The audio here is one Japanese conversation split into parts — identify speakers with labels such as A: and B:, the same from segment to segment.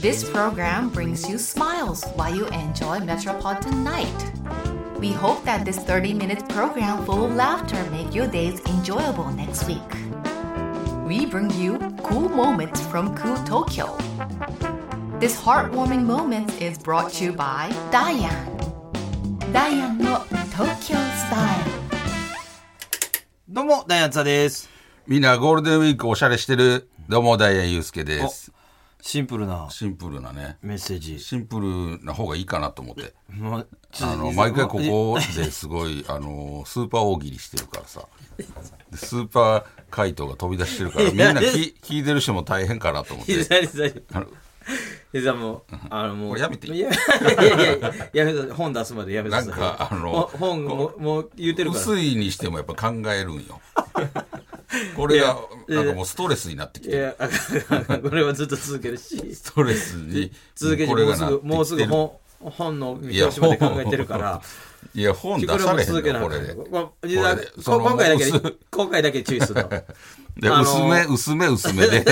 A: This program brings you smiles while you enjoy Metropolitan Night. We hope that this 30-minute program full of laughter make your days enjoyable next week. We bring you cool moments from cool Tokyo. This heartwarming moment is brought to you by Diane. Diane の Tokyo Style.
B: どうも、ダイアンツァです。
C: みんなゴールデンウィークおしゃれしてる。どうも、ダイヤユースケです。
B: シンプルな
C: シンプルなね。
B: メッセージ。
C: シンプルな方がいいかなと思って。
B: ま
C: あの、毎回こ。こですごい、あの、スーパー大喜利してるからさ。でスーパー回答が飛び出してるから、みんな聞聞いてる人も大変かなと思っ
D: いや
C: て。
D: 大丈夫大丈
C: あの
D: 夫いやもうあのも
C: こ
D: う
C: れやめていい
D: いやいやいややめて本出すまでやめて
C: なんか、あ
D: ほ
C: の、
D: 本もうもう言うてるから
C: 薄いにしてもやっぱ考えるんよ。これが、
D: いや
C: なんかもうストレスになってき
D: い
C: てる。
D: やあかんあかんこれはずっと続けるし
C: ストレスに、
D: 続けて
C: こ
D: も
C: れ
D: う
C: が
D: す
C: な
D: ぐもう
C: っ
D: す
C: て
D: ぐ
C: きてる。
D: 本本の見通しまで考えてるから
C: いや、本出
D: これ
C: さ
D: も
C: れへん
D: 続けな
C: の、
D: あ
C: こ
D: か
C: れ
D: ん
C: で。
D: こここ
C: れでその
D: 今回だけ
C: 薄
D: 今回だけ注意すると
C: で、
D: あの
C: 薄め、薄め、薄め で、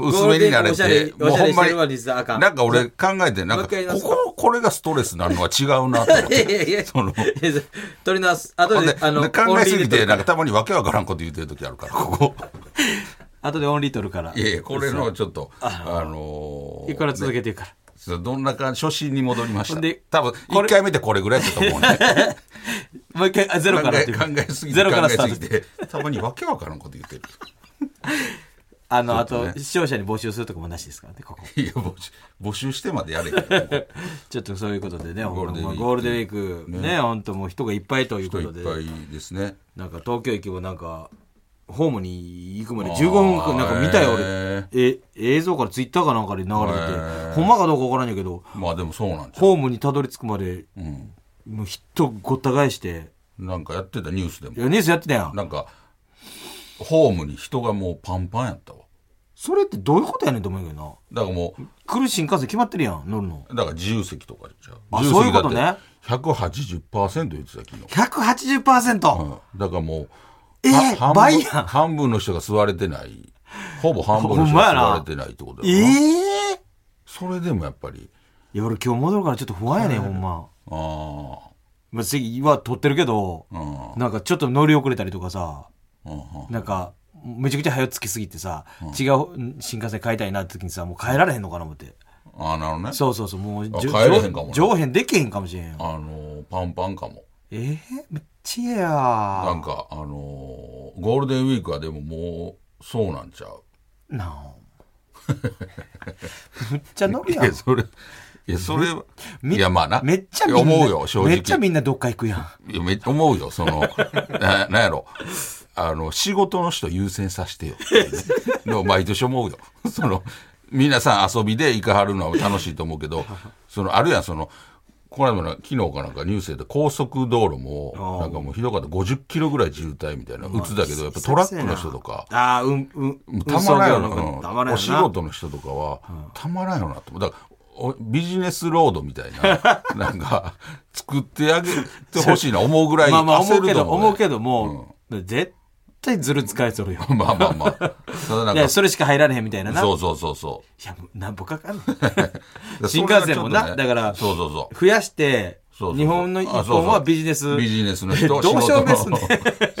C: 薄めになれ
D: ゴールデンウィーク
C: て、
D: おしゃれおしゃれしてる
C: もうほ
D: わ
C: ん
D: 実はあかん
C: なんか俺考えて、なん
D: もう
C: か、
D: 一回言います
C: ここ、これがストレスなのは違うなと思っ
D: いやい
C: て。
D: やいや
C: その
D: いや取り直す後
C: ほんで
D: であの
C: で考えすぎて、な
D: か
C: んかたまにわけわからんこと言ってる時あるか ら、ここ。
D: 後でオンリー取るから
C: いやいや、これのちょっと、あのー
D: いくら続けていくから
C: ねどんな感じ、初心に戻りまし
D: ほ
C: た
D: んで。
C: 多分、一回目でこれぐらいだったと思うね。
D: もう一回あ ゼロ
C: 考
D: から
C: え
D: っていう
C: 考えすぎて、
D: ゼロ
C: 考
D: から
C: え
D: スタ
C: す
D: ート
C: ぎて、たまにわけわからんこと言ってる。
D: あの、あ
C: ちょっと
D: と
C: ね
D: 視聴者に募集するとかもなしですからねここ
C: いや、募集募集してまでやれよ。
D: ちょっとそういうことでね
C: ゴールデンウィーク
D: ゴールデンウィークね本当もう人がいっぱいというこ
C: 人
D: と
C: い
D: で
C: っぱいですね。
D: なんか東京駅もなんかホームに行くまで15分くらいなんか見たよ
C: へ
D: 俺え映像からツイッターかなんかで流れて
C: へ
D: て
C: ー
D: ほんまかどうかわからんやけど
C: まあでもそうなんですよ。
D: ホームにたどり着くまで
C: うん。
D: もう人ごった返して
C: なんかやってたニュースで
D: い
C: も。
D: やニュースやってたやん
C: なんか、ホームに人がもうパンパンやったわ。
D: それってどういうことやねんと思うんやけどな
C: だからも
D: 来る新幹線決まってるやん乗るの
C: う、だから自由席とかじゃ
D: あ
C: 自由
D: そういう
C: 席
D: ことね
C: だって180%言ってた昨日。
D: 180%、
C: うん。だからもう、
D: えー
C: は半分
D: 倍やん
C: 半分の人が座れてない。ほぼ半分の
D: ほん
C: 人
D: まや
C: が
D: な
C: 座れてないってことだ
D: え
C: よな
D: え
C: それでもやっぱり、
D: いや俺今日戻るからちょっと不安やねんほんま
C: あ
D: まあ、席は取ってるけど、
C: あ、うん。
D: なんかちょっと乗り遅れたりとかさ、
C: うんうん
D: なんか、めちゃくちゃ早つきすぎてさ、違う新幹線買いたいなって時にさ、もう帰られへんのかな思って。
C: ああ、なるほどね。
D: そうそうそう、もう、
C: あ
D: じょ
C: 帰れへんかもな
D: 上上辺できへんかもしれんよ。
C: あのー、パンパンかも。
D: えー、めっちゃや
C: なん
D: な
C: か、あのーゴールデンウィークはでももう、そうなんちゃう。
D: あ。 めっちゃ乗る
C: い
D: やん
C: や、。それ、いや、それは、
D: め
C: いや、まあな。
D: めっちゃ
C: い
D: みん
C: や
D: な、
C: 思うよ、正直。
D: めっちゃみんなどっか行くやん。
C: いやめっちゃ思うよ、その、 ななんやろ。あの、仕事の人優先させてよ。 の毎年思うよ。その、皆さん遊びで行かはるのは楽しいと思うけど、その、あるやん、その、この間もな昨日かなんかニュースで高速道路も、なんかもうひどかった、50キロぐらい渋滞みたいな、打つだけど、やっぱトラックの人とか、
D: ああ、うん、うん、
C: もうたまらんよな、
D: 運送業の方たまらんよ
C: うん
D: な。
C: お仕事の人とかは、たまらんよなと思うだからおビジネスロードみたい ななんか作ってあげてほしいな思うぐらい
D: まあまあ思
C: 焦
D: うけ
C: る
D: ど、
C: と思
D: 思
C: う
D: うけ
C: ね、
D: ども、絶対ずる使いとる よ。
C: まあまあまあただなん
D: いや
C: か
D: それしか入られへんみたいなな。
C: そうそうそうそ
D: いや、なんぼかかん の
C: う
D: 新幹線もな
C: それがちょっとね
D: だから
C: そうそうそう
D: 増やして、
C: そうそうそう
D: 日本の一
C: あそう
D: 本
C: そ
D: は
C: う
D: ビジネス、
C: ビジネスの人
D: どうしようもですね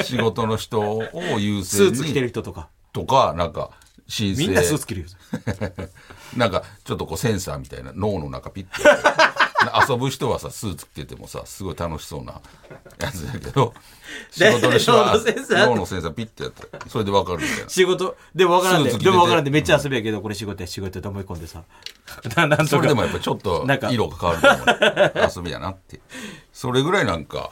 C: 仕事の人を優
D: ス
C: 先
D: ーツ着てる
C: に
D: 人とか。
C: とかなんか申請
D: みんなスーツ着るよ。
C: なんかちょっとこうセンサーみたいな脳の中ピッてや って遊ぶ人はさスーツ着ててもさすごい楽しそうなやつだけど 仕
D: で
C: 事の人は
D: 脳のセンサー
C: 脳のセンサーピッてやってそれでわかるみ たいな
D: 仕事、でもわからんで、
C: スーツ着て
D: で
C: て
D: もわからんで、めっちゃ遊びやけど、これ仕事や仕事やと思い込んでさ。 ななん
C: そ
D: と
C: れでも
D: か。
C: やっぱちょっと
D: なんか
C: 色が変わる と思う遊びやなってそれぐらいなんか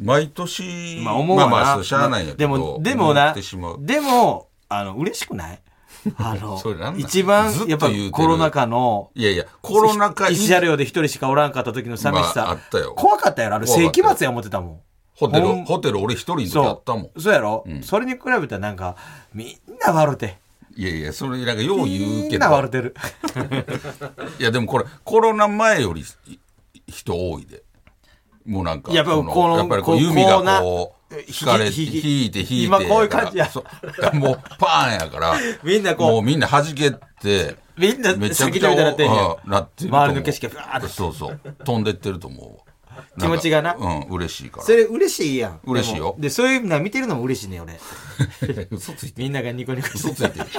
C: 毎年
D: まあ思うわな。
C: まあまあそうしゃあないんやけど、
D: まあでも、でもな
C: 思ってしまう、
D: でも、あの、嬉しくない あの
C: それなんな、ん
D: 一番
C: ずっ、と
D: やっぱ
C: 言うてる
D: コロナ禍の、
C: いやいやコロナ禍に
D: 一車両で一人しかおらんかった時の寂し
C: まああ
D: さ
C: ったよ。
D: 怖かったやろ、あれ。
C: 怖か
D: 世
C: った
D: 紀末や思ってたもん。
C: ホテル
D: ほん
C: ホテル俺一人の時あったもん
D: そうそうやろ、それに比べたらなんかみんな笑うて
C: いやいやそれなんかよう言
D: み
C: うんけ
D: な
C: ど
D: 笑うてる
C: いやでもこれコロナ前よりい人多いでもうなんか
D: やっぱ
C: そ
D: この
C: やっぱりこう
D: こう
C: 弓が
D: こうな
C: こ引かれて、
D: ひひ
C: 引いて、引いて。
D: 今こういう感じや
C: そうもう、パーンやから、
D: みんなこう
C: もうみんな弾けて、
D: みんな
C: めちゃく
D: 先
C: ち
D: の
C: ゃ、
D: みたいになってんや
C: うんなってると思う
D: 周りの景色がふわーって
C: そうそう。飛んでってると思う。
D: 気持ちがな
C: うん、嬉しいから。
D: それ嬉しいやん。
C: 嬉しい
D: で
C: よ
D: もで、そういうの見てるのも嬉しいね、俺。
C: 嘘ついて
D: みんながニコニコ
C: 嘘
D: して
C: ついてる。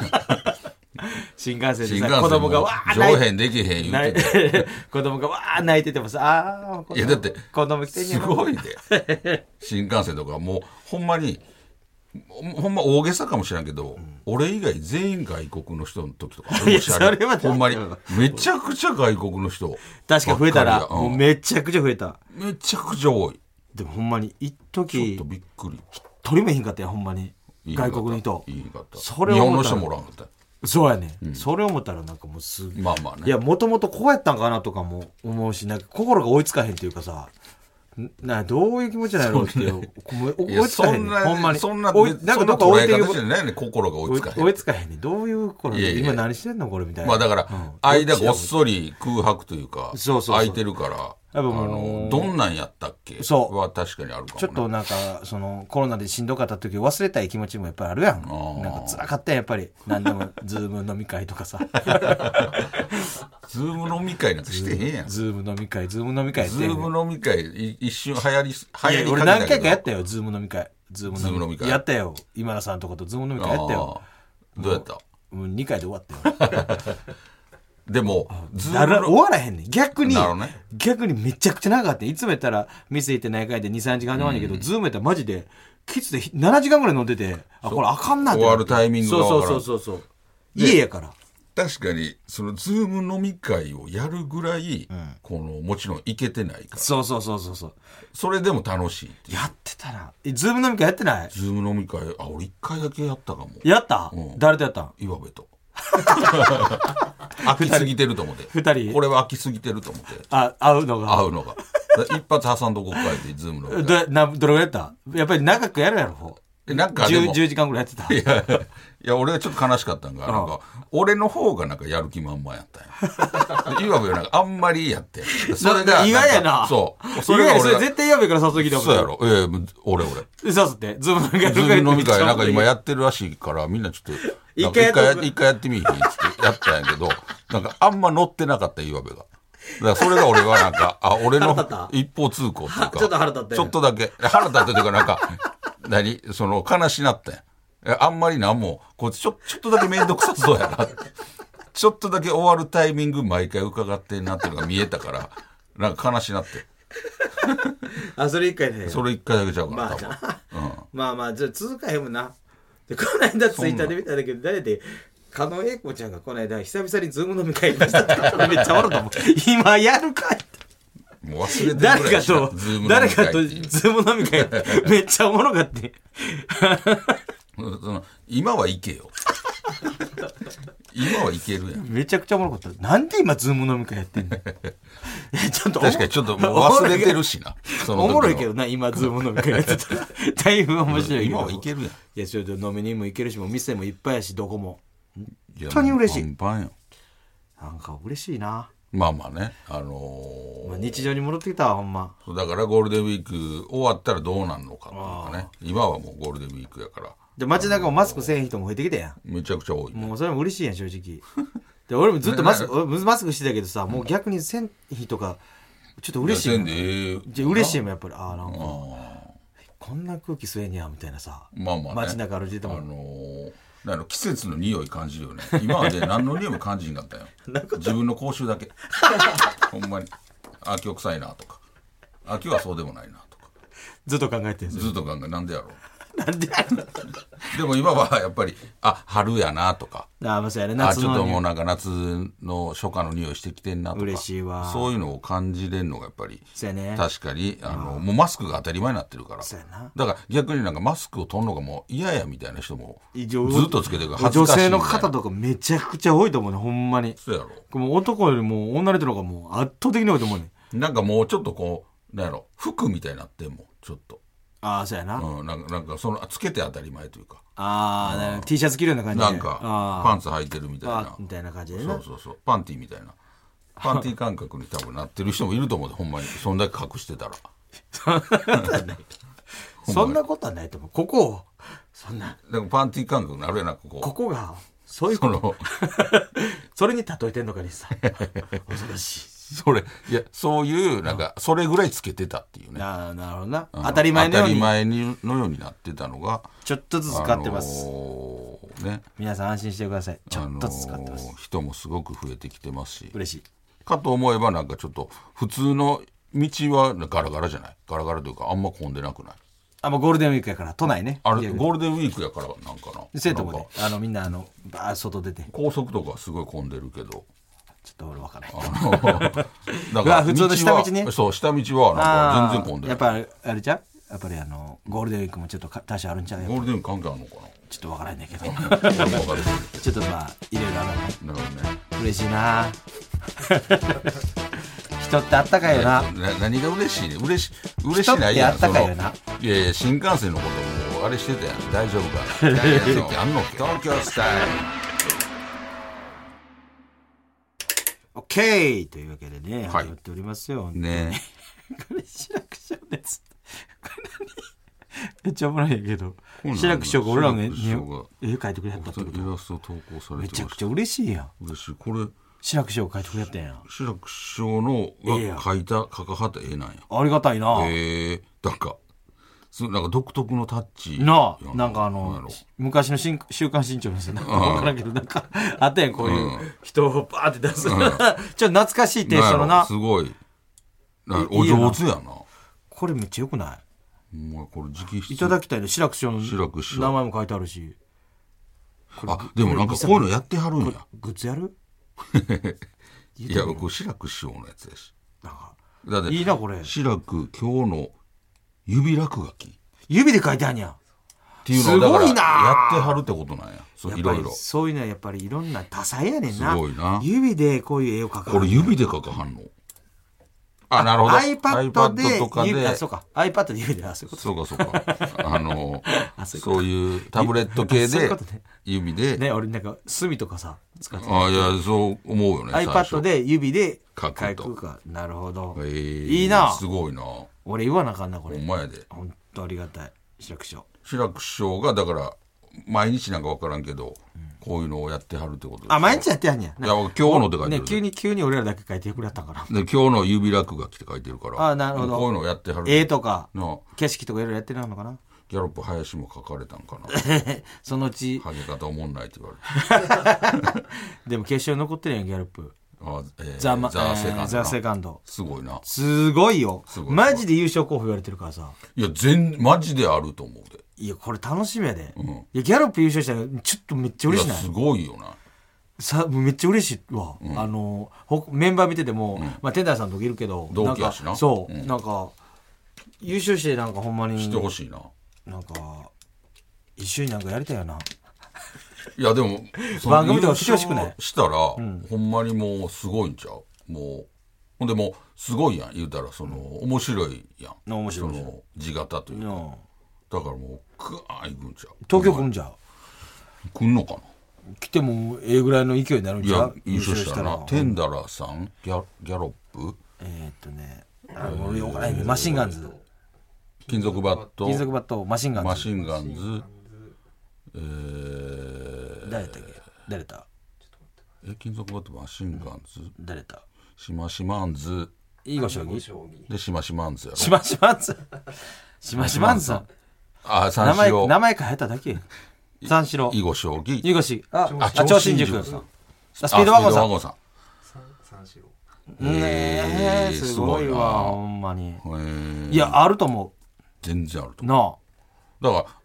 D: 新幹線で
C: 新幹
D: さ、
C: 線
D: 子供が
C: も
D: わー
C: 上
D: 泣い
C: 辺できへん言うてて。
D: て、 子供がわー泣いててもさ、あー
C: いやだって
D: 子供来てん
C: す
D: やろ
C: ごいで。新幹線とかもう、ほんまに、ほんま大げさかもしれんけど、俺以外全員外国の人の時とかあるもん
D: いや
C: 知らん
D: それは
C: ほんまに、めちゃくちゃ外国の人。
D: 確か増えた
C: ば
D: ら
C: っ、かりや
D: も
C: う
D: うんめちゃくちゃ増えた。
C: めちゃくちゃ多い。
D: でもほんまに、一
C: ちょっ
D: 時
C: とびっくり。
D: 取り目ひんかったよ、ほんまに。
C: いい
D: 外国の人
C: いい方。
D: それ
C: 日
D: を
C: 本
D: 思った
C: の人
D: ら
C: もおらんかった。
D: そうやね、それ思ったらなんかもうす
C: まあまあね
D: いやもともとこうやったんかなとかも思うしなんか心が追いつかへんというかさんなどういう気持ちなんやろうっていうもう
C: い
D: 追
C: や
D: いつか
C: そ
D: へんね
C: ん
D: ん
C: な、
D: ほんまに
C: そんな、
D: 追い
C: そん
D: な
C: なん
D: かどっか
C: 捉
D: 置い
C: え
D: てる
C: 方じゃないね、心が追
D: 追
C: い
D: い
C: つかへん
D: 追いつかへんねんどういうこれ
C: いやいや
D: 今何してんのこれみたいな
C: まあだから、
D: うん
C: 間ごっそり空白というか、
D: そうそうそう
C: 空いてるから、
D: ぱ
C: あ
D: もう
C: の、どんなんやったっけ
D: そう
C: は確かにあるかも、
D: ち
C: ね。
D: ょっとなんかそのコロナでしんどかった時忘れたい気持ちもやっぱりあるやん
C: ー
D: なんか辛かったやんやっぱり何でもズーム飲み会とか さ
C: ズーム飲み会なんかしてへんやん。ズ
D: ズーム飲み会ズーム飲み会やって
C: ーム飲み会、い一瞬流行り、
D: い
C: 流行
D: や
C: り
D: 俺
C: か
D: 何回
C: けたけど
D: かやったよ、ズーム飲み会。ズーム
C: ズーム飲み会
D: やったよ。今田さんとことズーム飲み会やったよ。
C: あーどうやった
D: もう2回で終わったよ。
C: でも、ズ
D: な
C: ーム
D: ら
C: の
D: 終わらへんねん。逆に
C: なるほどね、
D: 逆にめちゃくちゃ長かったよいつもやったら、店行って何回で2、3時間で終わんねんけど、ズームやったらマジで、キツで7時間ぐらい飲んでて、あ、これあかんなって。
C: 終わるタイミングがわ
D: そ
C: か
D: う
C: らん
D: そうそうそうそう。家やから。
C: 確かに、そのズーム飲み会をやるぐらい、この、もちろん行けてないから、
D: そうそうそうそうそう。
C: それでも楽しいっていう。
D: やってたな。えズーム飲み会やってない
C: ズーム飲み会、あ、俺一回だけやったかも。
D: やった
C: うん
D: 誰とやったん
C: 岩部と。 飽きすぎてると思って。
D: 二人
C: 俺は飽きすぎてると思って。
D: あ、会うのが。
C: 会うのが。一発挟んどこうかって、ズームの。
D: ど、な、どれぐらいやったやっぱり長くやるやろ。
C: えなんかで
D: 10
C: も、い
D: 10時間ぐらいやってた。
C: や、いや俺はちょっと悲しかったんが、なんか、俺の方がなんかやる気満々やったんや。岩部はなんかあんまりやって。それが。
D: 意外やな。
C: そ
D: そ
C: う。そ
D: れ
C: れが
D: がそ
C: 俺
D: れ
C: が。
D: 絶対やべえから誘うきだもん。
C: そうやろ。ええ、俺俺。
D: そうそうって。ズーム飲み会。
C: ズーム飲み会なんか今やってるらしいから、みんなちょっと、なんか
D: 一
C: 一
D: 回
C: 回
D: やっ
C: や
D: とく
C: 一回やってみひんっつってやったんやけど、なんかあんま乗ってなかった岩部が。だからそれが俺はなんか、あ、俺の
D: 腹立った
C: 一方通行っていうか、
D: ちょっと腹立ったよね
C: ちょっとだけ、腹立ったというかなんか、何その、悲しなったんやえあんまりなんも、こいつちょ、ちょっとだけめんどくさそうやな。ちょっとだけ終わるタイミング毎回伺ってんなっていうのが見えたから、なんか悲しなって。
D: あ、それ一回ね。
C: それ一回だけちゃうかな、
D: ま
C: 多
D: あ
C: 分。
D: な。
C: うん。
D: まあまあ、じゃあ続かへんもんな。で、この間ツイッターで見たんだけど、誰で、加納英子ちゃんがこの間久々にズーム飲み会行きましたって 言ったらめっちゃ笑うと思う。今やるかいって
C: もう忘れてるぐらい
D: 誰かと
C: ズーム、の
D: 誰
C: 世界
D: か
C: って
D: と
C: いう
D: ズーム飲み会めっちゃおもろかって。
C: その今は行 けよ今は行けるやん
D: めちゃくちゃおもろかった。なんで今ズーム飲み会や ってんのえちょっとおも
C: 確かにちょっともう忘れてるしなその
D: お
C: 時の
D: もろいけどな、今、ズーム飲み会やってたら。だいぶ面白いけど。
C: 今はいけるやん
D: いや、ちょっと飲みにも行けるし、もう店もいっぱいやし、どこも。
C: 本
D: 当に嬉しい
C: パンパンよ
D: なんか嬉しいな。
C: まあまあねあの
D: まあ、日常に戻ってきたわ、ほんま。
C: ーだからゴールデンウィーク終わったらどうなんのかっていうかね今はもうゴールデンウィークやから
D: で、街中もマスクせん人も増えてきたや
C: めちゃくちゃ多い
D: ん。もうそれも嬉しいやん、正直。で、俺もずっとマスク、俺マスクしてたけどさ、もう逆にせん日とか、ちょっと嬉しい
C: や
D: も
C: せん
D: ん。
C: でええ
D: じゃあ嬉しいもん、やっぱり。ああ、なんか、
C: あ
D: こんな空気吸えんねや、みたいなさ。
C: ーまあまあね
D: 街中歩いてて
C: あ
D: も。
C: のーなんやろ季節の匂い感じるよね今まで何の匂いも感じん かったよ自分の口臭だけ ほんまにあ今日臭いなとかあ今日はそうでもないなとか
D: ずっと考えてるんですよ。
C: ずっと考えなんでやろ
D: なんで
C: うでも今はやっぱりあ春やなとか
D: ああ、まあそうやね、
C: あ
D: 夏
C: ちょ
D: の
C: っと
D: 匂い
C: もうなんか夏の初夏の匂いしてきてんなとか
D: 嬉しいわ
C: そういうのを感じれるのがやっぱり
D: そうやね
C: 確かにあのもうマスクが当たり前になってるから
D: そうやな
C: だから逆になんかマスクを取るのがもう嫌やみたいな人もず
D: 女
C: っとつけてるから恥ずかしい
D: 女性
C: みたいな
D: の方とかめちゃくちゃ多いと思うねほんまに
C: そうやろ
D: もう男よりも女の人の方がもう圧倒的に多いと思うね
C: なんかもうちょっとこうなんやろ服みたいになってんもんちょっと、
D: ああそうやな、あ
C: うん、なんかなんかそのつけて当たり前というか
D: あーなるほど T シャツ着るような感じで
C: なんか
D: あ
C: パンツ履いてるみたい
D: あ
C: な
D: あみたいな感じで
C: そ
D: な
C: うそうそうパンティみたいなパンティ感覚に多分なってる人もいると思うでほんまにそんだけ隠してたら
D: そんなことはないと思う。ここを、そんな、
C: なんかパンティー感覚になるやな、ここ。
D: ここが、そういう
C: そ
D: こ
C: の
D: と。 それに例えてんのか、 リスさん。恐ろしい。
C: それ、いや、そういう、なんか、それぐらいつけてたっていうね。
D: なあなるほどな。
C: うん
D: 当たり前のよう
C: 当たり
D: に、
C: 前にのようになってたのが、
D: ちょっとずつ使ってます。
C: あのーね。
D: 皆さん安心してください。ちょっとずつ使ってます。
C: あのー人もすごく増えてきてますし、
D: 嬉しい。
C: かと思えばなんかちょっと、普通の道はガラガラじゃないガラガラというか、あんま混んでなくない
D: あ、もうゴールデンウィークやから、都内ね。
C: あ
D: い
C: れ、
D: や
C: ゴールデンウィークやからなんかな。
D: 生徒も
C: なん
D: ね
C: か、
D: あの、みんな、あの、ばー外出て、
C: 高速とかすごい混んでる けど。
D: ちょっと俺分からない。
C: あのだ
D: うわ普通の下道ね
C: はそう、下道はなんか全然混んで
D: や
C: ない
D: っ。ぱり、あれじゃうやっぱり、あの、ゴールデンウィークもちょっとか多少あるんちゃう
C: ゴールデン関係あるのか
D: ちょっと分からんねんけど。
C: な俺もわかる
D: ちょっとまあ、いろいろあるね。
C: だからね
D: 嬉しいな 人ってあったかいよな。
C: な何が嬉しいね嬉し嬉しないやん
D: 人ってあったかいよな
C: そのいやいや新幹線のこともうあれしてたやん大 丈夫かいやいや席あんのっけ東京スタイル
D: オッケーというわけでね、
C: はい
D: 始まっておりますよ。
C: ね
D: これ、志らく師匠のやつ。これ何 めっちゃおもろいんやけど
C: こうなん。だ
D: 志らく師匠が俺らの絵
C: 志らく師匠
D: 絵描いてくれ
C: お
D: はったってこ
C: 二人イ
D: と
C: ラスト投稿され
D: め
C: て
D: ちゃ
C: ま
D: く
C: し
D: ち
C: た
D: ゃ嬉しいやん。
C: 嬉しいこれ
D: 志らく師匠が描いてくれはったやん。
C: 志らく師匠の
D: ええやん
C: が描いた描かはった絵なんや
D: ありがたいな。
C: へえなんかすなんか独特のタッチ
D: な
C: や
D: あ、なんかあ
C: な
D: の
C: んやろ、
D: 昔の新週刊新潮のさ、なんかわからんけど、なんか、あったやん、こういう人をバーって出す。ちょっと懐かしいテイストの
C: なん
D: な
C: やろす。ごいなんやろ
D: い
C: お
D: いいよな
C: 上手やな
D: これめっちゃよくない
C: お前これ直筆
D: いただきたいの、志らく師匠の
C: 志らく師匠
D: 名前も書いてあるし。
C: あでもなんかこういうのやってはるんや
D: グッズやる
C: いや、これ志らく師匠のやつやし。
D: なんか、
C: だって、
D: いいなこれ
C: 志らく今日の指落書きっ
D: 指で書いてあんやん。
C: ていうのをだか
D: すご
C: らやっ
D: い
C: て
D: な
C: はるってことなんや。そう
D: や
C: い
D: っぱ
C: ろい
D: り
C: ろ。
D: そういうのはやっぱりいろんな多彩やねんな
C: すごいな
D: 指でこういう絵を描く
C: これ指で書かはんのあ、なるほど。
D: iPad で
C: iPad とか
D: 指あ
C: で。
D: そ
C: そうう
D: か iPad で指であそういうこと
C: かそうか。あの
D: あ、そういうこと
C: そういうタブレット系
D: あそういう
C: で
D: ことね、
C: 指で。
D: ね俺なんか墨とかさ使って
C: あ、いや、そう思うよね。最
D: iPad
C: 初。
D: で指で
C: 書
D: 描
C: くと
D: くかなるほど
C: えー
D: いいな
C: すごいな。ほ
D: 俺言わなあかんなこれ
C: んまやで。
D: ほんとありがたい志らく師匠
C: 志らく師匠が、だから、毎日なんかわからんけど、こういうのをやってはるってことでしょ
D: あ毎日やってやんね
C: い
D: や
C: や、今日のって書いて
D: ね
C: るで。
D: 急に急に俺らだけ書いてくれたから
C: で今日の指落書きって書いてるから。
D: あなるほど
C: こういうのをやってはる。
D: 絵とか
C: な
D: 景色とかいろいろやってるのかな
C: ギャロップ林も書かれたんか な。
D: そのうち
C: ハゲ方おもんないって言われて。
D: でも決勝に残ってるやんギャルップ
C: あえー
D: ザ・マ
C: ザーセカ
D: え
C: ンドな
D: ーザセカンド
C: すごいな。
D: すごいよ
C: ごい
D: マジで優勝候補言われてるからさ
C: いや、全、マジであると思うで。
D: いやこれ楽しみやで、
C: ん
D: いやギャロップ優勝したらちょっとめっちゃ
C: い
D: 嬉
C: や、
D: しない
C: すごいよな。
D: さめっちゃ嬉しいわ、あのほメンバー見てても、まあ、天台さんとかいるけど
C: 同期やしなん
D: かそう、
C: うん
D: なんか優勝してなんかほんまに
C: してほしいな。
D: なんか一緒になんかやりたいよない
C: や、でも、そ
D: 番組とか来てほしくない
C: 優勝したら、ほんまにもうすごいんちゃうもう。ほんでもう、すごいやん。言うたら、その、面白いやん。
D: 面白い面白い
C: その、字型といううか。
D: ん
C: だからもう、くーいくんちゃう。
D: 東京来るんじゃう
C: 来んのかな
D: 来てもええぐらいの勢いになるん
C: い
D: ちゃ
C: や
D: う、
C: 優勝したな。テ
D: え
C: ンダラーさん、ギャギャロップ、
D: ーっとねあの俺よくないマシンガンズ
C: 金属バット、
D: 金属バットマシンガンズ
C: マシンガンズ、えー、
D: 誰だっけ誰だ
C: え、金属バット、マシンガンズ、
D: 誰だ
C: しましまんず、
D: 囲碁将棋
C: で、しましまんずやろ。
D: しましまんずしましまんずさん
C: あ、
D: 名
C: 三
D: 前
C: 四郎
D: 名、前変えただけ三四郎
C: 囲碁将棋、
D: 囲碁士あ
C: あ
D: あ
C: 超
D: 超
C: 新
D: 新
C: 塾
D: 塾あスピードワゴンさん
C: ゴンさん。
D: ねえ
C: えー
D: すごい
C: すごいな
D: わほんまに
C: えー
D: いやあると思
C: 全然あると
D: うな
C: 思う。だか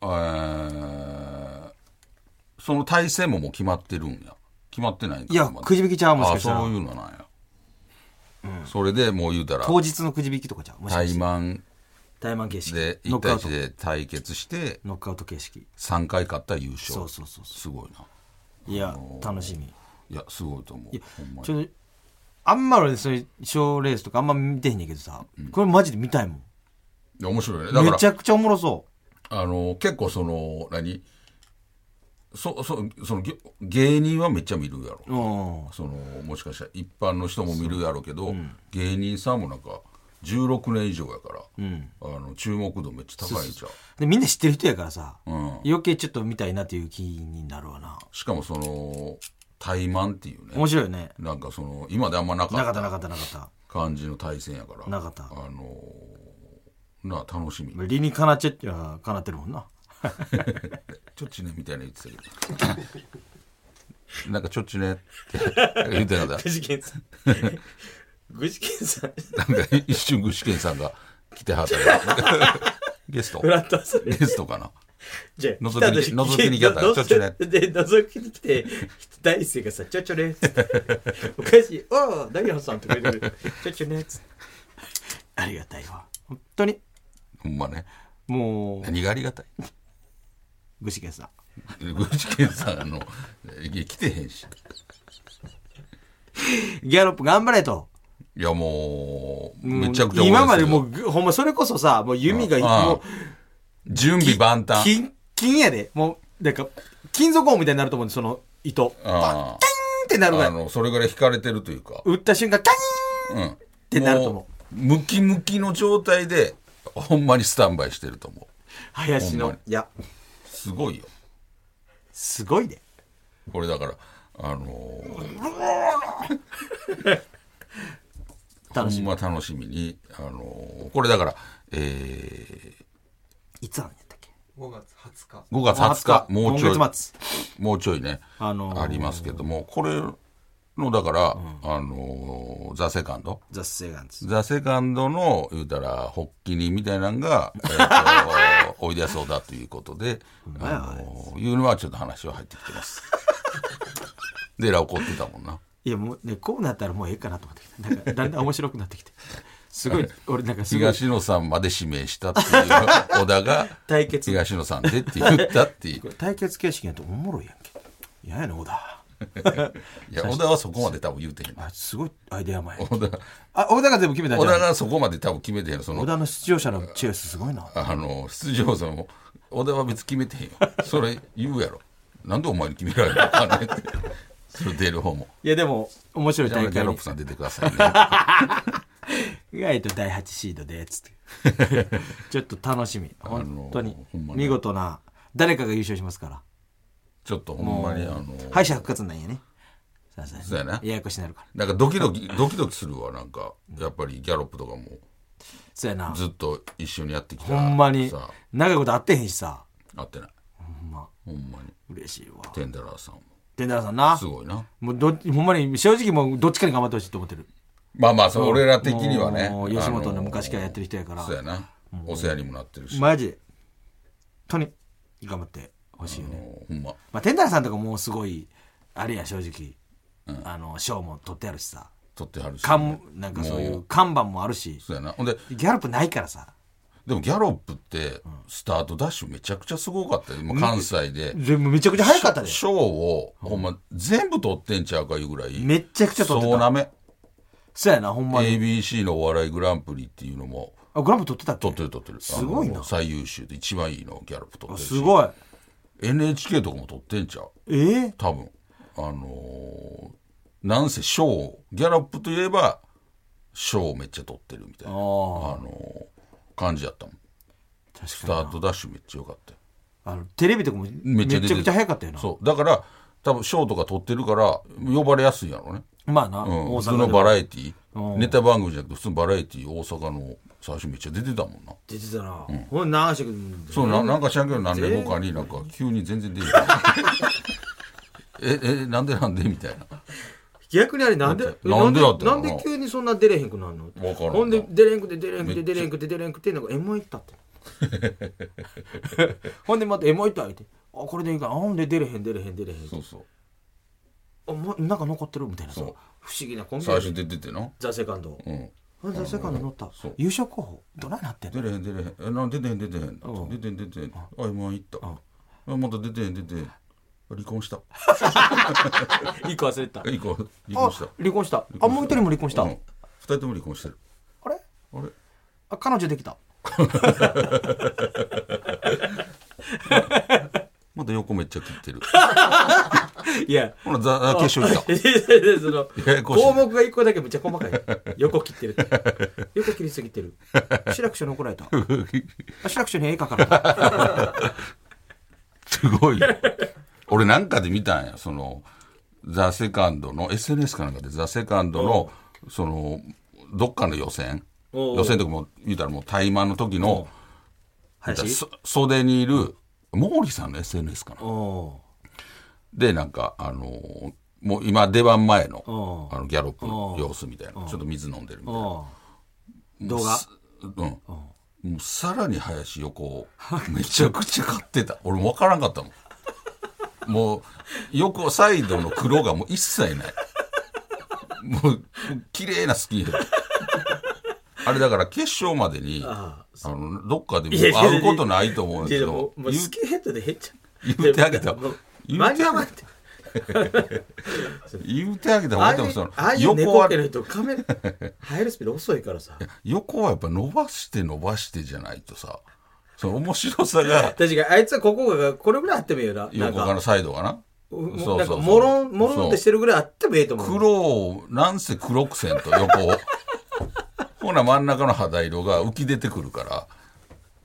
C: ら、えー、その対戦ももう決まってるんや。決まってないん
D: あ
C: か
D: いや
C: まだ
D: くじ引きちゃうもし
C: あ
D: かしたら
C: そういうのなんや、それでもう言うたら
D: 当日のくじ引きとかじゃうもしか
C: 対
D: して
C: マン
D: タイマン形式
C: で
D: ノッ
C: 1
D: クア
C: 対
D: ウト
C: 1で対決して
D: ノックアウト形式
C: 3回勝ったら優勝
D: そうそうそうそ
C: すごいな
D: ういや楽しみ
C: いやすごいと思う
D: いや
C: ほんま
D: ち
C: に
D: ょっとあんまりそういう賞レースとかあんま見てへんねんけどさこれマジで見たいもん
C: いや面白いねだ
D: め
C: か
D: ちゃ
C: ら
D: くちゃおもろそう
C: あの結構その何そそそのぎ芸人はめっちゃ見るやろ、
D: うん
C: そのもしかしたら一般の人も見るやろうけど、芸人さんもなんか16年以上やから、
D: うん
C: あの注目度めっちゃ高いじゃん
D: でみんな知ってる人やからさ、
C: ん
D: 余計ちょっと見たいなという気になるわな
C: しかもその怠慢っていうね
D: 面白いよね
C: なんかその今であんまな
D: な
C: か
D: か
C: っ
D: った
C: た
D: なかったなかった
C: 感じの対戦やから
D: なかった
C: あのーなあ楽しみ
D: 理にかなっちゃってはかなってるもんな
C: ちょっちねみたいなの言って たけどなんかちょっちねって言ってなかった
D: ジケンさんグジケンさん
C: なんか一瞬具志堅さんが来てはったから ゲスト
D: フラット遊び
C: ゲストかな
D: じゃあ
C: 覗きに覗きに来たちょっちょね
D: で覗きに来て大輔がさ「ちょちょね」っつっておかしい「おおダイアンさん」とか言ってくれてちょちょね」っつってありがたいわ本当に
C: ほんまね
D: もう
C: 何がありがたい
D: 具志堅さん
C: 具志堅さんあのいや来てへんし
D: ギャロップ頑張れと
C: いやもう
D: もう
C: めちゃくちゃ応援する
D: 今までもうぐほんまそれこそさもう弓が
C: うん
D: もう
C: 準備万端
D: 金金やでもうなんか金属音みたいになると思うんですその糸
C: うん
D: ンってなるぐら
C: あ
D: い
C: のそれぐらい引かれてるというか
D: 打った瞬間タイ
C: うんって
D: なると思う
C: ムキムキの状態でほんまにスタンバイしてると思う
D: ーン林
C: ほん
D: の
C: ま
D: いや
C: すごいよ
D: すごいね
C: これだからあのー
D: 楽し
C: ほんま楽しみに、あのーこれだから、え
D: いつなんやったっけ
E: 5月20日。
C: ー5月20日もうちょい
D: 今月末
C: もうちょいね、
D: あのー
C: ありますけどもこれのだから、あのーザ・セカンド
D: ザ・セガンズ
C: ザ・セカンドの言うたら発起人みたいなのが、えー とおいでやそうだということで、あのーいうのはちょっと話は入ってきてます。でら怒ってたもんな。
D: いやもうねこうなったらもうええかなと思ってきたなんか だんだん面白くなってきてすごい俺なんかすごい
C: 東野さんまで指名したっていう小田が
D: 対決
C: 東野さんでって言ったっ ていう。
D: 対決形式やとおもろいやんけ嫌やな小田
C: いや小田はそこまで多分言うてへんな
D: あすごいアイデア前
C: 小田
D: あ小田が全部決めたん
C: 小
D: じゃ
C: 田
D: ん
C: がそこまで多分決めてへんそ
D: 小
C: の
D: 田の出場者のチョイスすごいな
C: あの出場者も小田は別に決めてへんよそれ言うやろなんでお前に決められたのか ねってそれ出る方も
D: いやでも面白い
C: じゃ
D: 大
C: あギャ
D: 会
C: ロッ
D: に
C: プさん出てください ね
D: 意外と第8シードでつってちょっと楽しみ 本当に
C: ほんまね
D: 見事な誰かが優勝しますから
C: ちょっとほんまにあの
D: 敗者復活なんやねさすがに
C: そうやな
D: ややこしになるから
C: なんかドキドキドキドキするわなんかやっぱりギャロップとかも
D: そうやな
C: ずっと一緒にやってきた
D: ほんまに
C: さ
D: 長いこと会ってへんしさ
C: 会ってない
D: ほんま
C: ほんまに
D: 嬉しいわ
C: テンダラーさんも
D: 天太郎さんな
C: すごいな
D: もうどっほんまに正直もうどっちかに頑張ってほしいと思ってる
C: まあまあそう俺ら的にはね
D: もう吉本の昔からやって
C: る
D: る人やから
C: そうやなお世話にもなってるし
D: マジで本当に頑張ってほしいよね
C: もうほんま
D: まあ天太郎さんとかもうすごいあれや正直あの賞も取ってあるしさ
C: 取ってはるし
D: 看なんかそうい
C: も
D: う看板もあるし
C: そうやなほんで
D: ギャロップないからさ
C: でもギャロップってスタートダッシュめちゃくちゃすごかったよ今関西で
D: 全部めちゃくちゃ早かったで
C: 賞をほんま全部取ってんちゃうかいうぐらい
D: めちゃくちゃ取ってた
C: そうなめ
D: そうやなほんまに
C: ABC のお笑いグランプリっていうのも
D: あグランプリ取ってたっけ
C: 取ってる取ってる
D: すごいな
C: あの最優秀で一番いいのギャロップ取ってるし
D: すごい
C: NHK とかも取ってんちゃう
D: えー、
C: 多分あのーなんせ賞ギャロップといえば賞をめっちゃ取ってるみたいなあのー感じやったもん
D: 確
C: ス
D: か
C: タ
D: に
C: ートダッシュめっちゃ良かったよ
D: あのテレビとかもめ
C: めっ
D: ち
C: ち
D: ゃ
C: ゃ
D: く
C: 出てる
D: ちゃ早かったよな
C: そうだから多分賞とか取ってるから呼ばれやすいんやろね、
D: まあな、
C: うん、
D: 大
C: 普通
D: 阪
C: の
D: で
C: バラエティ
D: うん
C: ネタ番組じゃなくて普通のバラエティ大阪の最初めっちゃ出てたもんな
D: 出てたな、ほんで流してくる
C: そうななんか知らんけど何年後かになんか急に全然出てた ええなんでなんでみたいな
D: 逆にあれなん
C: だっ
D: で
C: てなんでだった
D: な
C: の
D: んで急にそんな出れへんくなるの
C: からんな
D: ほんで出れへんくて出れへんく
C: め
D: て
C: っち
D: 出
C: ゃ
D: れへんくて出れへんくてなんか M 行ったって ほんでまた M 行った言うてあこれでいいかなほんで出れへん出れへん出れへん
C: そうそう
D: あ、ま、なんか残ってるみたいなさ不
C: そう
D: 思議なコンビ
C: 最
D: ニ
C: 初出ててな
D: ザ・セカンド
C: うん
D: あザ・セカンド乗った
C: そう
D: 優勝候補どないなってんの
C: 出れへん出れへんえなん出てへん出てへん
D: うん
C: 出てへん出てへんあ今行ったあまた出てへん出てへんあ離 婚した
D: 一個忘れてた
C: えいいか離
D: あ
C: 婚した
D: 離婚したあもう一人も離婚した、
C: うん二人とも離婚してる
D: あれ
C: あれ
D: あ彼女できた
C: まだ横めっちゃ切 ってる
D: いや
C: ほらざあ決勝行った
D: いやいやいやその
C: ややこしい
D: 項目が一個だけめっちゃ細かい横切ってるってよト切りすぎてる。志らく師匠に怒られた。あ志らく師匠に絵描かな
C: すごい。俺なんかで見たんや、その、ザ・セカンドの、SNS かなんかでザ・セカンドの、その、どっかの予選、
D: おう
C: 予選とかも、言うたらもう対マンの時の、
D: 林
C: そ袖にいる、毛利さんの SNS かな。
D: お
C: で、なんか、あのーもう今出番前
D: お
C: の
D: う
C: あのギャロップの様子みたいなちょっと水飲んでるみたいな
D: お動画
C: うんもうさらに林横をめちゃくちゃ買ってた俺も分からんかったもんもう横サイドの黒がもう一切ないもう綺麗なスキンヘッドあれだから決勝までにあ
D: あ
C: のどっかでもう会うことないと思うんだけ
D: いやいやも
C: ど
D: うもうスキンヘッドで減っちゃう。
C: 言ってあげた
D: もう
C: 言
D: 間
C: う
D: に
C: て
D: 合
C: あ
D: わんっ
C: げ
D: て。
C: 言うてあげた方
D: あ
C: が
D: あ
C: い
D: いう
C: いと思うその
D: ああいう
C: 横
D: 猫
C: は
D: 系の人、カメラ、入るスピード遅いからさ。
C: 横はやっぱ伸ばして伸ばしてじゃないとさその面白さが
D: 確かに、あいつはここが、これぐらいあってもいいよな。なん
C: 横
D: か、
C: 側のサイドがな。
D: も
C: そうそうそう
D: なんか、もろん、もろんってしてるぐらいあってもいいと思う。
C: 黒を、なんせ黒くせんと、横を。 ほな真ん中の肌色が浮き出てくるから、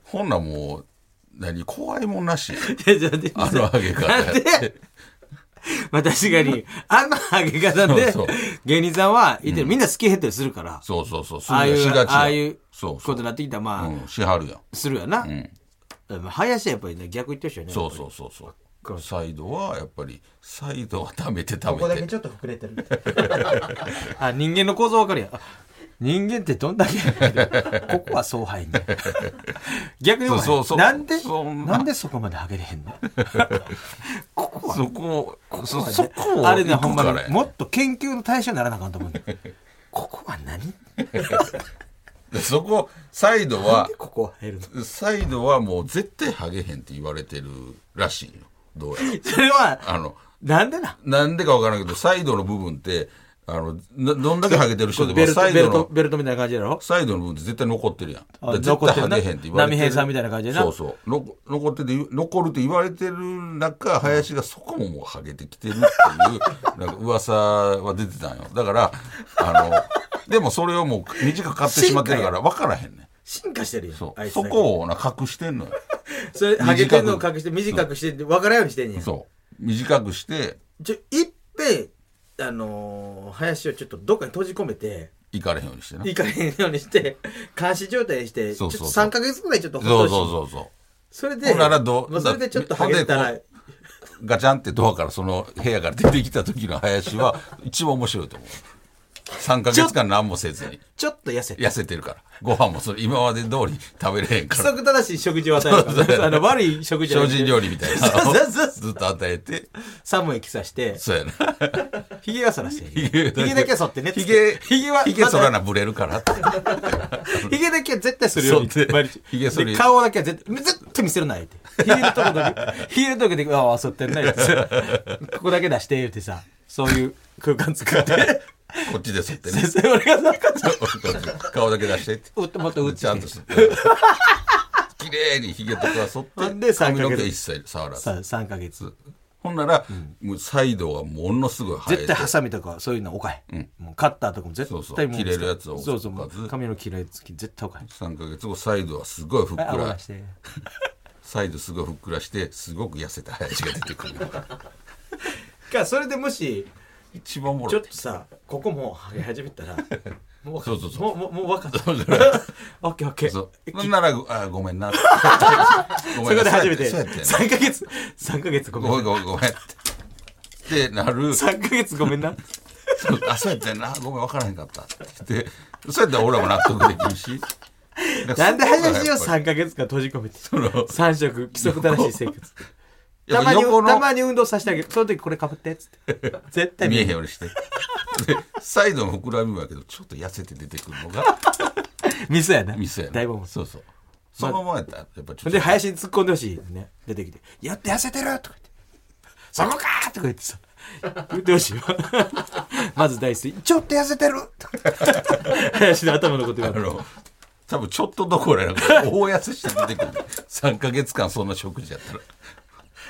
C: ほんなもう、何、怖いもんな
D: い
C: し。
D: やじゃあで
C: あの上げ方
D: なんでまあ確かに、あの上げ方で
C: そうそう、
D: 芸人さんはいてる、みんなスキンヘッドにするから、
C: そうそうそう、す
D: ああい
C: し
D: う、
C: がちや
D: ああいう
C: そう
D: こ
C: そ
D: とに
C: う。
D: なってきたら、まあ、
C: うん、しはるやん。
D: するやな。
C: ん
D: でも林はやっぱりね、逆言ってるしよね。
C: そう
D: う。
C: そうそうそう
D: こ。い
C: サイドは、やっぱり、サイドは溜めて溜
D: ここだ
C: め
D: け
C: て。
D: ちょっと膨れてる。 あ、人間の構造わかるやん。あ人間ってどんだ け、ここはそう入んねん逆にもう
C: そうそうそう
D: なんで
C: そんな
D: なんでそこまで上げれへんのここは
C: そこを、そそこを、
D: あれね、ほんま
C: か
D: に
C: ら、や
D: もっと研究の対象にならなあかんと思うんだよここは何
C: でそこ、サイド
D: な
C: は
D: んで、ここは入るの
C: サイドはもう絶対ハゲへんって言われてるらしいよ。どうやら。
D: それは、
C: あの、
D: なんでな
C: なんでかわからんけど、サイドの部分って、あの、などんだけハゲてる人で
D: ベ
C: も、
D: ルト、
C: サイ
D: ベ
C: ド
D: ルト、
C: の、
D: ベルトみたいな感じやろ
C: サイドの部分って絶対残ってるやん。
D: あ
C: だから絶対
D: 残ってるな
C: ハゲへんって言われて
D: 波
C: る。
D: 平さんみたいな感じでな
C: そうそう。の残ってて、残るって言われてる中、林がそこももうハゲてきてるって いう、なんか噂は出てたんよ。だから、あの、でもそれをもう短く買ってしまってるから、わからへんねん。
D: 進化してるやん。
C: そ
D: あ
C: う。
D: いつだ
C: そ
D: け。
C: こをな隠してん のよ。
D: それ、ハゲてんのを隠して、短くして、分からんようにしてんねん。
C: そう。短くして、
D: ちょ、いっぺん、あのー、林をちょっとどっかに閉じ込めて、
C: 行かれへんようにしてな。
D: 行かれへんようにして、監視状態にして、ちょっ
C: そう
D: と
C: そうそう
D: 3ヶ月ぐらいちょっとほっ
C: そ
D: と
C: う
D: いて
C: そうそうそう。
D: それで、
C: ほんならど
D: まあそれでちょっと
C: ほ
D: ハ
C: んで
D: ゲたら
C: こ、ガチャンってドアからその部屋から出てきた時の林は一番面白いと思う。3ヶ月間何もせずに
D: ちょっと痩せて。
C: 痩せてるから。ご飯もそれ今まで通り食べれへんか
D: 規
C: ら。
D: 則正しい食事を与えるからねあの悪い食事じゃなく
C: 精
D: て
C: 進料理みたいな
D: そ
C: の
D: うそうそう
C: をずっと与えて、
D: 寒い着さして、
C: そうやな。
D: ひげは剃らして。ひ
C: ひ
D: げ
C: げ
D: だけは剃ってねっつっ
C: ひ
D: て。
C: げ、
D: ひげは、
C: ひげ剃ら
D: な。
C: なブレるからって。
D: ひげだけは絶対するように
C: 剃って
D: 毎日
C: ひげ剃り
D: で顔だけは絶対、絶対見せるな、言うて。ひげのとこだけ、ひげのとこだけ、ああ、剃ってんな、言うてさ ここだけ出して、言うてさ、そういう空間作 って。
C: こっちで剃ってね
D: 先。生、俺がなんか、
C: 顔だけ出してって。
D: うっともっとうっ
C: ちゃん
D: て
C: と。剃って。綺麗にひげとか剃って、
D: で三ヶ
C: 髪
D: 月
C: の毛一切触らず。
D: さ、3ヶ月。
C: ほんなら、もうサイドはものすごい生えて
D: 絶対ハサミとかそういうの置かへん。もうカッターとかも絶
C: そうそ
D: 対
C: う
D: もう。
C: 切れるやつを
D: そうそうも
C: 置か
D: う。
C: ず
D: 髪の切れるやつ絶対置かへん。
C: 3ヶ月後サイドはすごいふっく
D: あ、お
C: ら
D: 出して。
C: サイドすごいふっくらしてすごく痩せた林が出てくる
D: かそれでもし
C: 一番おも
D: ち
C: ろ
D: ょ
C: い
D: っとさここもう上げ始め たらもう
C: そうそうそ
D: もうもうもう分かった
C: そ うそう
D: オッケーオッケー
C: そ
D: そう
C: ほんならあごめ んなご
D: こで初めて
C: そうやって
D: 3ヶ月3ヶ月ごめん
C: ごめん
D: な
C: ごめんごめんってなるそう
D: 3ヶ月ごめんな
C: あそうやってんなごめん分からへんかったって言ってそうやったら俺らも納得できるし
D: なんで林を
C: さ
D: 3ヶ月間閉じ込めて
C: の
D: 3食規則正しい生活た
C: た
D: ま
C: ま
D: に
C: に
D: たまに運動させてあげるその時これかぶってっつって 絶対
C: 見
D: 見え
C: えへん
D: へん
C: ようにして。でサイドの膨らみもやけど、ちょっと痩せて出てくるのが
D: ミスやな
C: ミスやな。
D: だいぶも
C: そうそう。そのままやったら、やっぱちょっ
D: で
C: と。
D: 林に突っ込んでほしいね出てきて「やって痩せてる!」とか言って「そこか!」とか言ってさ言ってほしい わまず第一声「ちょっと痩せてる!」とか言って林の頭のこと
C: あ
D: が
C: の、多分ちょっとどころやなくて、大痩せして出てくる。3 ヶ月間そんな食事やったら。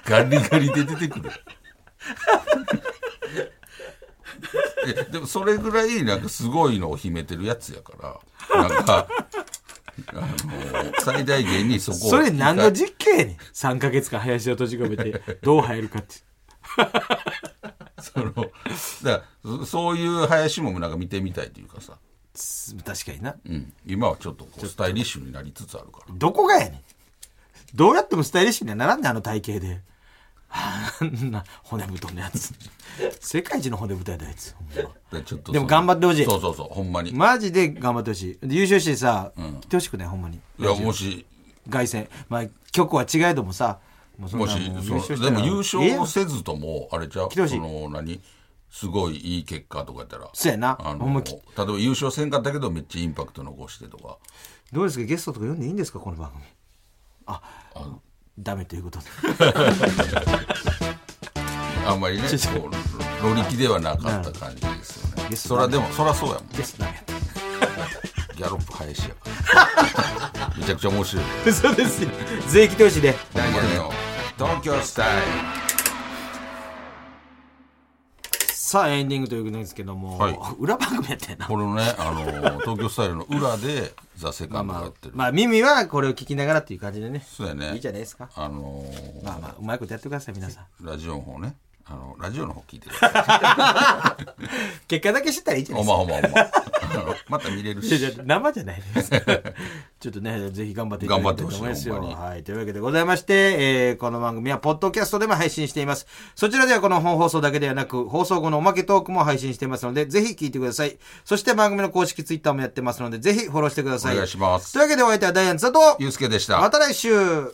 C: ガリガリで出てくる。えでもそれぐらいなんかすごいのを秘めてるやつやからなんかあの最大限にそこ を
D: それ何の実験やねん3ヶ月間林を閉じ込めてどう入るかって
C: そのだからそそういう林もなんか見てみたいというかさ、
D: 確かにな
C: うん、今はちょっとこうスタイリッシュになりつつあるから
D: どこがやねんどうやってもスタイリッシュにはならんねんあの体型であんな骨太のやつ世界一の骨太やであいつほんま
C: でちょっと
D: でも頑張ってほしい
C: そうそうそうほんまに、
D: マジで頑張ってほしいで優勝してさ、来てほしくないほんまに
C: いやもし
D: 凱旋まあ局は違えどもさもうそん
C: も
D: な
C: し
D: もう
C: その
D: した
C: で
D: ら
C: も優
D: ええ
C: 勝
D: やん
C: をせずともあれちゃう
D: 来てほしい
C: その何すごいいい結果とかやったら
D: そうやな
C: あ
D: ほんま
C: の例
D: き
C: えば優勝せんかったけどめっちゃインパクト残してとか
D: どうですかゲストとか呼んでいいんですかこの番組あダメということで
C: あんまりね
D: ちょ
C: こうロリキではなかった感じですよね
D: ゲスト
C: そらでもそらそうやもん
D: ゲストダメやった
C: ギャロップ林やから めちゃくちゃ面白い
D: 嘘ですよ税金投資で
C: 何やねんよ東京スタイ
D: さあエンディングということなんですけども、
C: はい
D: 裏番組やったよな
C: ルこれのねあの東京スタイルの裏で「ザ・セカンド
D: ま
C: や
D: あ
C: ってる、
D: まあ耳はこれを聞きながらっていう感じでね
C: そうだよね
D: いいじゃないですか
C: あのー
D: まあまあうまいことやってください皆さん
C: ラジオの方ねあのラジオの方聞いてください
D: 結果だけ知ったらいいじゃな
C: ほ
D: い
C: ん
D: で
C: ま
D: か
C: すほんまほんまあの また見れるし
D: いやいや生じゃないです ちょっとねぜひ頑張っていただきたいと思いますよ
C: 頑張ってほしいほん
D: はい、というわけでございまして、えーこの番組はポッドキャストでも配信していますそちらではこの本放送だけではなく放送後のおまけトークも配信していますのでぜひ聞いてくださいそして番組の公式ツイッターもやってますのでぜひフォローしてください
C: お願いします
D: というわけでお相手はダイアンツだと
C: ゆうすけでした
D: また来週